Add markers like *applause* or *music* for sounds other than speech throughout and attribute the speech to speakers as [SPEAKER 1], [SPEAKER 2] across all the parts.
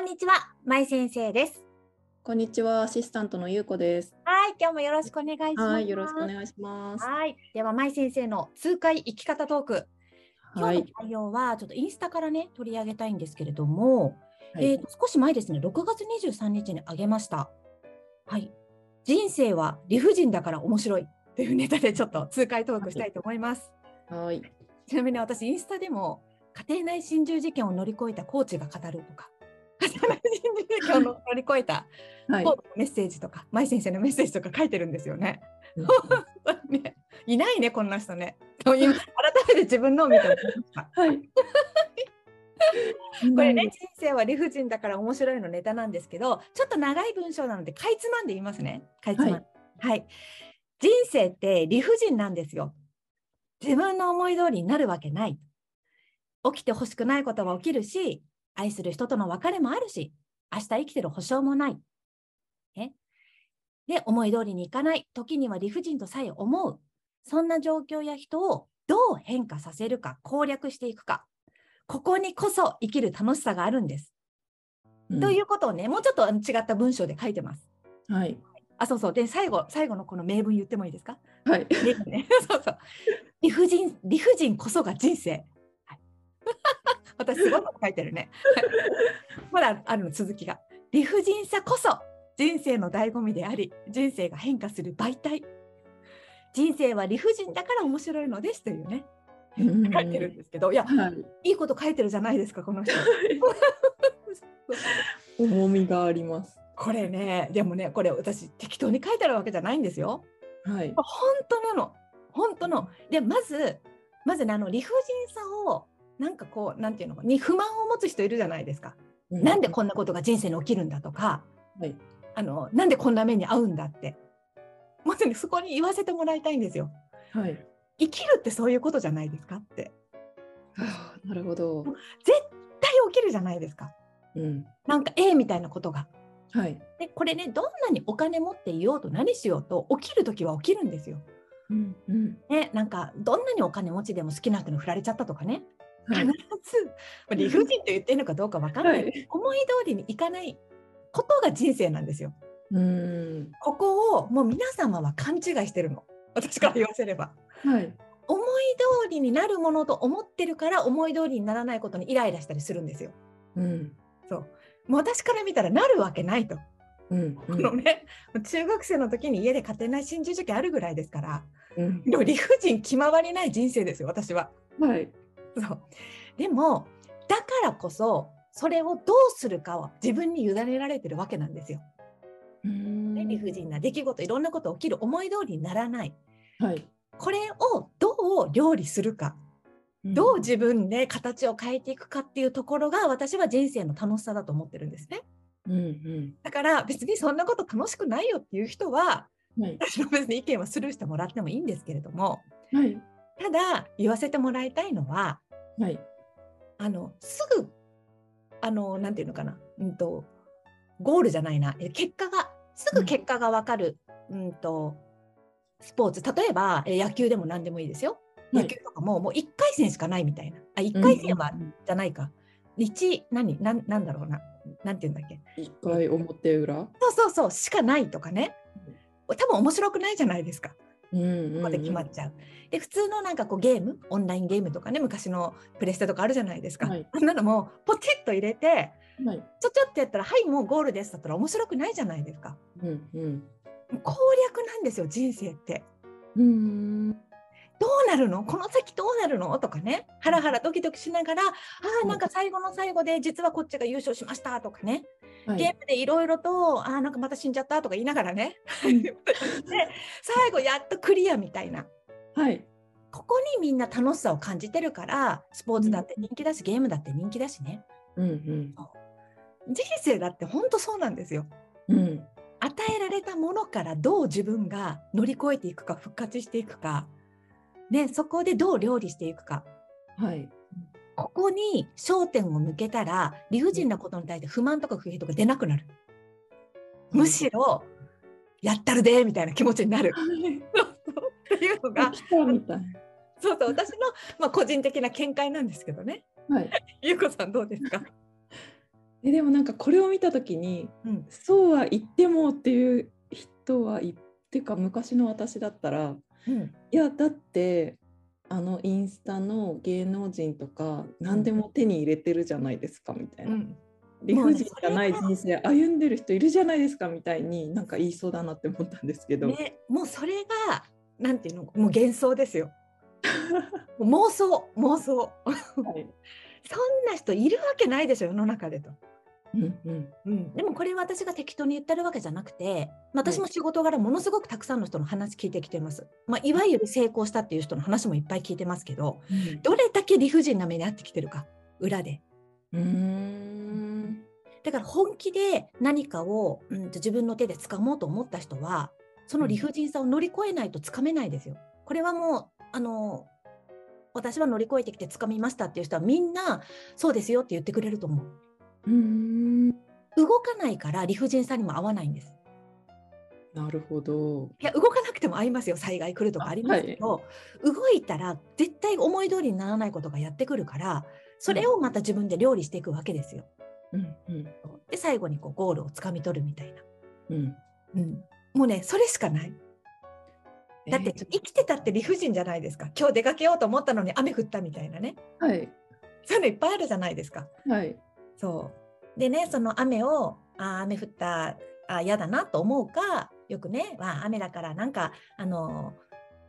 [SPEAKER 1] んにちは、まい先生です。
[SPEAKER 2] こんにちは、アシスタントのゆうこです。
[SPEAKER 1] はい、今日もよろしくお願いします。
[SPEAKER 2] はい、よろしくお願いします。
[SPEAKER 1] はい、ではまい先生の痛快生き方トーク。今
[SPEAKER 2] は
[SPEAKER 1] 日の
[SPEAKER 2] い、
[SPEAKER 1] 内容はちょっとインスタからね取り上げたいんですけれども、
[SPEAKER 2] はい
[SPEAKER 1] えーと少し前ですね、6月23日に上げました。はい、人生は理不尽だから面白いというネタでちょっと痛快トークしたいと思います。
[SPEAKER 2] はい、
[SPEAKER 1] ちなみに私インスタでも家庭内心中事件を乗り越えたコーチが語ると
[SPEAKER 2] *laughs*
[SPEAKER 1] か。家庭内心中事件を乗り越えた
[SPEAKER 2] はい
[SPEAKER 1] コーチのメッセージとか、まい先生のメッセージとか書いてるんですよね。 *laughs*
[SPEAKER 2] うん
[SPEAKER 1] ね、いないね、こんな人ね。と今改めて自分のを見て思いました。
[SPEAKER 2] はい。
[SPEAKER 1] *laughs* これね、人生は理不尽だから面白いのネタなんですけど、ちょっと長い文章なので、かいつまんで言いますね。かいつまん。は
[SPEAKER 2] はい
[SPEAKER 1] い、人生って理不尽なんですよ。自分の思い通りになるわけない。起きてほしくないことは起きるし、愛する人との別れもあるし、明日生きてる保証もない。ね。で、思い通りにいかない。時には理不尽とさえ思う。そんな状況や人をどう変化させるか、攻略していくか。ここにこそ生きる楽しさがあるんです。
[SPEAKER 2] うん
[SPEAKER 1] ということをね、もうちょっとあの違った文章で書いてます。
[SPEAKER 2] はい、
[SPEAKER 1] あ、そうそう。で、最後、最後のこの名文言ってもいいです
[SPEAKER 2] *laughs*
[SPEAKER 1] か
[SPEAKER 2] はい、
[SPEAKER 1] 名文ね *laughs* そうそう。理不尽、理不尽こそが人生。はい *laughs* 私、すごいこと書いてるね。まだあるの、続きが。理不尽さこそ人生の醍醐味であり、人生が変化する媒体。人生は理不尽だから面白いのですというね、
[SPEAKER 2] うん
[SPEAKER 1] 書いてるんですけど、いや、
[SPEAKER 2] はい、
[SPEAKER 1] いいこと書いてるじゃないですか、この人。
[SPEAKER 2] 重みがあります。
[SPEAKER 1] これね、でもね、これ私適当に書いてあるわけじゃないんですよ。
[SPEAKER 2] はい、
[SPEAKER 1] 本当なの。本当の。で、まず、まずね、あの理不尽さを、なんかこう、なんていうのか、に不満を持つ人いるじゃないですか。なんでこんなことが人生に起きるんだとか、
[SPEAKER 2] はい、
[SPEAKER 1] あの、なんでこんな目に遭うんだって。まずね、そこに言わせてもらいたいんですよ。
[SPEAKER 2] はい、
[SPEAKER 1] 生きるってそういうことじゃないですかって。
[SPEAKER 2] はあなるほど。
[SPEAKER 1] 絶対起きるじゃないですか。
[SPEAKER 2] うん、
[SPEAKER 1] なんか、ええみたいなことが。
[SPEAKER 2] はい、
[SPEAKER 1] で、これね、どんなにお金持っていようと何しようと、起きるときは起きるんですよ。
[SPEAKER 2] うん、うん、
[SPEAKER 1] ね、なんかどんなにお金持ちでも好きな人に振られちゃったとかね、
[SPEAKER 2] はい
[SPEAKER 1] 必、ずまあ理不尽と言ってるのかどうかわかんない、
[SPEAKER 2] い、
[SPEAKER 1] 思い通りにいかないことが人生なんですよ。
[SPEAKER 2] うん、
[SPEAKER 1] ここをもう皆様は勘違いしてるの私から言わせれ
[SPEAKER 2] *laughs*
[SPEAKER 1] ば。
[SPEAKER 2] はい、
[SPEAKER 1] 思い通りになるものと思ってるから思い通りにならないことにイライラしたりするんですよ。
[SPEAKER 2] うん、
[SPEAKER 1] もう私から見たらなるわけないと。
[SPEAKER 2] うん、う
[SPEAKER 1] この
[SPEAKER 2] ん、
[SPEAKER 1] ね、中学生の時に家で家庭内心中事件あるぐらいですから、
[SPEAKER 2] うん、
[SPEAKER 1] でも理不尽気まわりない人生ですよ、私は。
[SPEAKER 2] はい、
[SPEAKER 1] そうでもだからこそそれをどうするかは自分に委ねられてるわけなんですよ。
[SPEAKER 2] うん
[SPEAKER 1] ね理不尽な出来事いろんなこと起きる思い通りにならない
[SPEAKER 2] はい、
[SPEAKER 1] これをどう料理するかどう自分で形を変えていくかっていうところが私は人生の楽しさだと思ってるんですね。
[SPEAKER 2] うん、
[SPEAKER 1] だから別にそんなこと楽しくないよっていう人は *laughs*
[SPEAKER 2] うん、はい、
[SPEAKER 1] 私の別に意見はスルーしてもらってもいいんですけれども
[SPEAKER 2] はい、
[SPEAKER 1] ただ言わせてもらいたいのは
[SPEAKER 2] はい、
[SPEAKER 1] あのすぐあのなんていうのかな、うん、とゴールじゃないなえ結果がすぐ結果が分かる、うん、とスポーツ例えばえ野球でも何でもいいですよ、
[SPEAKER 2] はい
[SPEAKER 1] *laughs* 野球とかももう1回戦しかないみたいなあ1回戦は
[SPEAKER 2] うんうん
[SPEAKER 1] じゃないか、一何なんなんだろうななんていうんだっけ
[SPEAKER 2] 一回表裏。
[SPEAKER 1] そうそうそうしかないとかね多分面白くないじゃないですか
[SPEAKER 2] うん、
[SPEAKER 1] ここで決まっちゃう。で普通のなんかこうゲームオンラインゲームとかね昔のプレステとかあるじゃないですか、
[SPEAKER 2] はい
[SPEAKER 1] あんなのもポチッと入れて
[SPEAKER 2] うん。はい。
[SPEAKER 1] ちょちょってやったら「はいもうゴールです」だったら面白くないじゃないですか。
[SPEAKER 2] うん、うん。
[SPEAKER 1] もう攻略なんですよ人生って。
[SPEAKER 2] うん。
[SPEAKER 1] どうなるのこの先どうなるのとかねハラハラドキドキしながらあ
[SPEAKER 2] う
[SPEAKER 1] ー
[SPEAKER 2] ん
[SPEAKER 1] なんか最後の最後で実はこっちが優勝しましたとかね、
[SPEAKER 2] は
[SPEAKER 1] ゲ
[SPEAKER 2] い。
[SPEAKER 1] ームでいろいろとあーなんかまた死んじゃったとか言いながら
[SPEAKER 2] *laughs*
[SPEAKER 1] ねで最後やっとクリアみたいな
[SPEAKER 2] はい。
[SPEAKER 1] ここにみんな楽しさを感じてるからスポーツだって人気だしゲームだって人気だしね
[SPEAKER 2] うん、
[SPEAKER 1] 人生だって本当そうなんですよ。
[SPEAKER 2] うん。うん。
[SPEAKER 1] 与えられたものからどう自分が乗り越えていくか復活していくか、ね、そこでどう料理していくか
[SPEAKER 2] *laughs* はい。
[SPEAKER 1] ここに焦点を向けたら理不尽なことに対して不満とか不平とか出なくなるむしろやったるでみたいな気持ちになる *laughs* っていうのが
[SPEAKER 2] 来たみたい。
[SPEAKER 1] そうそう私の、まあ、個人的な見解なんですけどね。
[SPEAKER 2] はい。
[SPEAKER 1] ゆうこさんどうですか
[SPEAKER 2] えでもなんかこれを見た時に
[SPEAKER 1] うん
[SPEAKER 2] そうは言ってもっていう人はいっていうか昔の私だったら
[SPEAKER 1] うん
[SPEAKER 2] いやだってあのインスタの芸能人とか何でも手に入れてるじゃないですかみたいな、
[SPEAKER 1] うん
[SPEAKER 2] 理不尽じゃない人生歩んでる人いるじゃないですかみたいになんか言いそうだなって思ったんですけど、
[SPEAKER 1] ね、もうそれがなんていうのもう幻想です
[SPEAKER 2] *laughs*
[SPEAKER 1] よもう妄想妄想
[SPEAKER 2] はい
[SPEAKER 1] そんな人いるわけないでしょ世の中でと、
[SPEAKER 2] うんうん
[SPEAKER 1] でもこれ私が適当に言ってるわけじゃなくてまあ私も仕事柄ものすごくたくさんの人の話聞いてきてます、まあ、いわゆる成功したっていう人の話もいっぱい聞いてますけどどれだけ理不尽な目に遭ってきてるか裏で
[SPEAKER 2] うーん
[SPEAKER 1] だから本気で何かを、うん、と自分の手で掴もうと思った人はその理不尽さを乗り越えないと掴めないですよ。これはもうあの私は乗り越えてきて掴みましたっていう人はみんなそうですよって言ってくれると思う。
[SPEAKER 2] うーん
[SPEAKER 1] 動かないから理不尽さにも合わないんです。
[SPEAKER 2] なるほど。
[SPEAKER 1] いや動かなくても合いますよ災害来るとかありますけど、動いたら絶対思い通りにならないことがやってくるからそれをまた自分で料理していくわけですよ。
[SPEAKER 2] うんうん
[SPEAKER 1] で最後にこうゴールを掴み取るみたいな。
[SPEAKER 2] うん、
[SPEAKER 1] うん、もうねそれしかない。だって生きてたって理不尽じゃないですか今日出かけようと思ったのに雨降ったみたいなね
[SPEAKER 2] えーはい
[SPEAKER 1] そういうのいっぱいあるじゃないですか
[SPEAKER 2] はい
[SPEAKER 1] そうでねその雨をあー雨降ったあー嫌だなと思うかよくね、まあ、雨だからなんかあの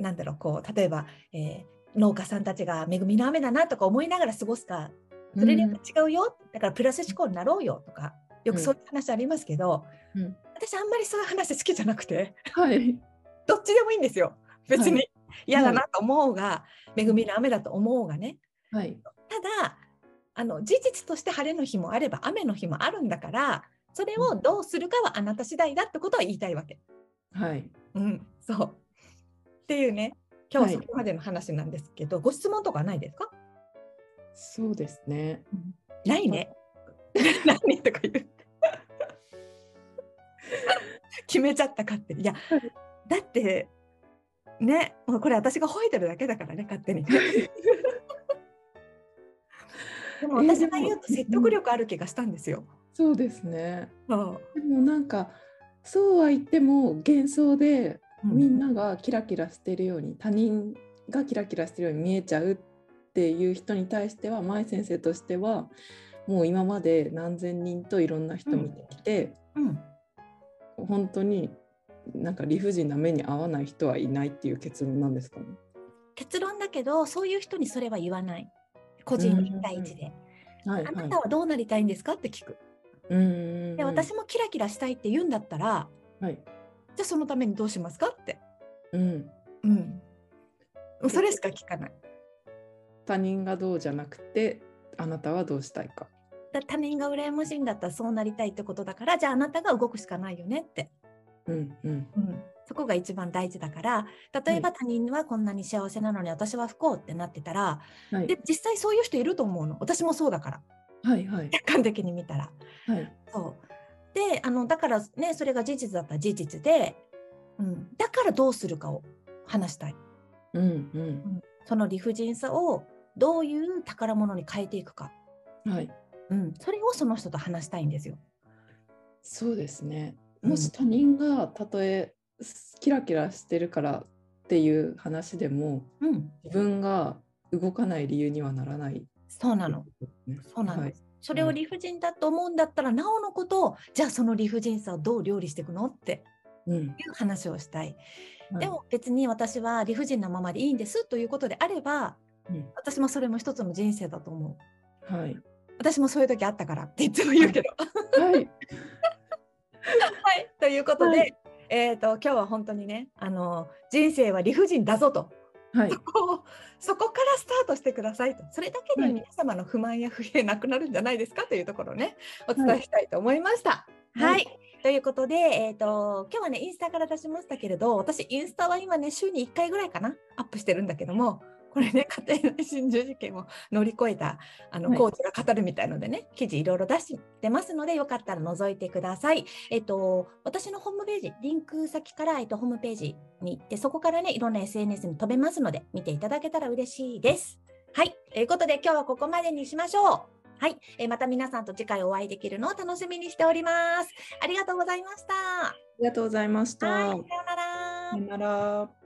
[SPEAKER 1] ーなんだろうこう例えば、えー農家さんたちが恵みの雨だなとか思いながら過ごすかそれにやっぱ違うよ、だからプラス思考になろうよとかよくそういう話ありますけど、
[SPEAKER 2] うん
[SPEAKER 1] 私あんまりそういう話好きじゃなくて。
[SPEAKER 2] はい
[SPEAKER 1] どっちでもいいんですよ。別
[SPEAKER 2] は
[SPEAKER 1] に嫌だなと思うが、恵みの雨だと思うがね。
[SPEAKER 2] はい
[SPEAKER 1] ただ、あの事実として晴れの日もあれば雨の日もあるんだから、それをどうするかはあなた次第だってことは言いたいわけ。
[SPEAKER 2] はい
[SPEAKER 1] うん、そう。っていうね、今日は
[SPEAKER 2] はい
[SPEAKER 1] そこまでの話なんですけど、ご質問とかないですか
[SPEAKER 2] そうですね。
[SPEAKER 1] *laughs* ないね。ないねとか言う。 *laughs* 決めちゃった勝手に。いや、だって、ね、もうこれ私が吠えてるだけだからね、勝 *laughs* 手に。でも
[SPEAKER 2] えー
[SPEAKER 1] 私が言うと
[SPEAKER 2] でも
[SPEAKER 1] 説得力ある気がしたんですよ。
[SPEAKER 2] そうですね。
[SPEAKER 1] そ
[SPEAKER 2] でもなんかそうは言っても幻想で
[SPEAKER 1] う
[SPEAKER 2] みんながキラキラしてるように他人がキラキラしてるように見えちゃうっていう人に対しては舞先生としてはもう今まで何千人といろんな人見てきて、
[SPEAKER 1] うん、
[SPEAKER 2] 本当になんか理不尽な目に遭わない人はいないっていう結論なんですかね。
[SPEAKER 1] 結論だけど、そういう人にそれは言わない。個人一対一で。
[SPEAKER 2] はい
[SPEAKER 1] あなたはどうなりたいんですかって聞く。
[SPEAKER 2] うんうんうん
[SPEAKER 1] で、私もキラキラしたいって言うんだったら、
[SPEAKER 2] はい、
[SPEAKER 1] じゃあそのためにどうしますかって。
[SPEAKER 2] うん、
[SPEAKER 1] うん。それしか聞かない。
[SPEAKER 2] 他人がどうじゃなくてあなたはどうしたいか。
[SPEAKER 1] だ他人が羨ましいんだったらそうなりたいってことだからじゃああなたが動くしかないよねって、
[SPEAKER 2] うんうん
[SPEAKER 1] そこが一番大事だから例えば
[SPEAKER 2] は
[SPEAKER 1] 他人はこんなに幸せなのに私は不幸ってなってたら
[SPEAKER 2] はい、
[SPEAKER 1] で実際そういう人いると思うの私もそうだから
[SPEAKER 2] はいはい
[SPEAKER 1] 客観的に見たら
[SPEAKER 2] はい
[SPEAKER 1] そうであのだからねそれが事実だったら事実で、うん、だからどうするかを話したい
[SPEAKER 2] うん
[SPEAKER 1] その理不尽さをどういう宝物に変えていくか、
[SPEAKER 2] うんはい
[SPEAKER 1] うん、それをその人と話したいんですよ。
[SPEAKER 2] そうですね。
[SPEAKER 1] うん
[SPEAKER 2] もし他人がたとえキラキラしてるからっていう話でも
[SPEAKER 1] うん、
[SPEAKER 2] 自分が動かない理由にはならない。
[SPEAKER 1] そうなのそうなんです。それを理不尽だと思うんだったら、なおのこと、じゃあその理不尽さをどう料理していくのって
[SPEAKER 2] はい。うん。
[SPEAKER 1] いう話をしたい。
[SPEAKER 2] はい
[SPEAKER 1] でも別に私は理不尽なままでいいんですということであれば、
[SPEAKER 2] うん
[SPEAKER 1] 私もそれも一つの人生だと思う。
[SPEAKER 2] はい。
[SPEAKER 1] 私もそういう時あったからっていつも言うけ
[SPEAKER 2] *laughs*
[SPEAKER 1] ど。
[SPEAKER 2] はい。
[SPEAKER 1] はい、ということで、
[SPEAKER 2] は
[SPEAKER 1] えー、と今日は本当にねあの人生は理不尽だぞと
[SPEAKER 2] はい
[SPEAKER 1] そ。こをそこからスタートしてくださいとそれだけで
[SPEAKER 2] はい
[SPEAKER 1] 皆様の不満や不平なくなるんじゃないですかというところをねお伝えしたいと思いました。はい、
[SPEAKER 2] はい
[SPEAKER 1] ということで、えー、と今日はねインスタから出しましたけれど私インスタは今ね週に1回ぐらいかなアップしてるんだけどもこれね *laughs* 家庭内心中事件を乗り越えたあの、
[SPEAKER 2] はい
[SPEAKER 1] コーチが語るみたいのでね記事いろいろ出してますのでよかったら覗いてください。えっと、私のホームページ、リンク先から、えっと、ホームページに行って、そこからね、いろんな SNS に飛べますので、見ていただけたら嬉しいです。はい。ということで、今日はここまでにしましょう。はい、えーまた皆さんと次回お会いできるのを楽しみにしております。ありがとうございました。
[SPEAKER 2] りがとうございました。
[SPEAKER 1] はい、さ
[SPEAKER 2] さ
[SPEAKER 1] ようなら。
[SPEAKER 2] よなら。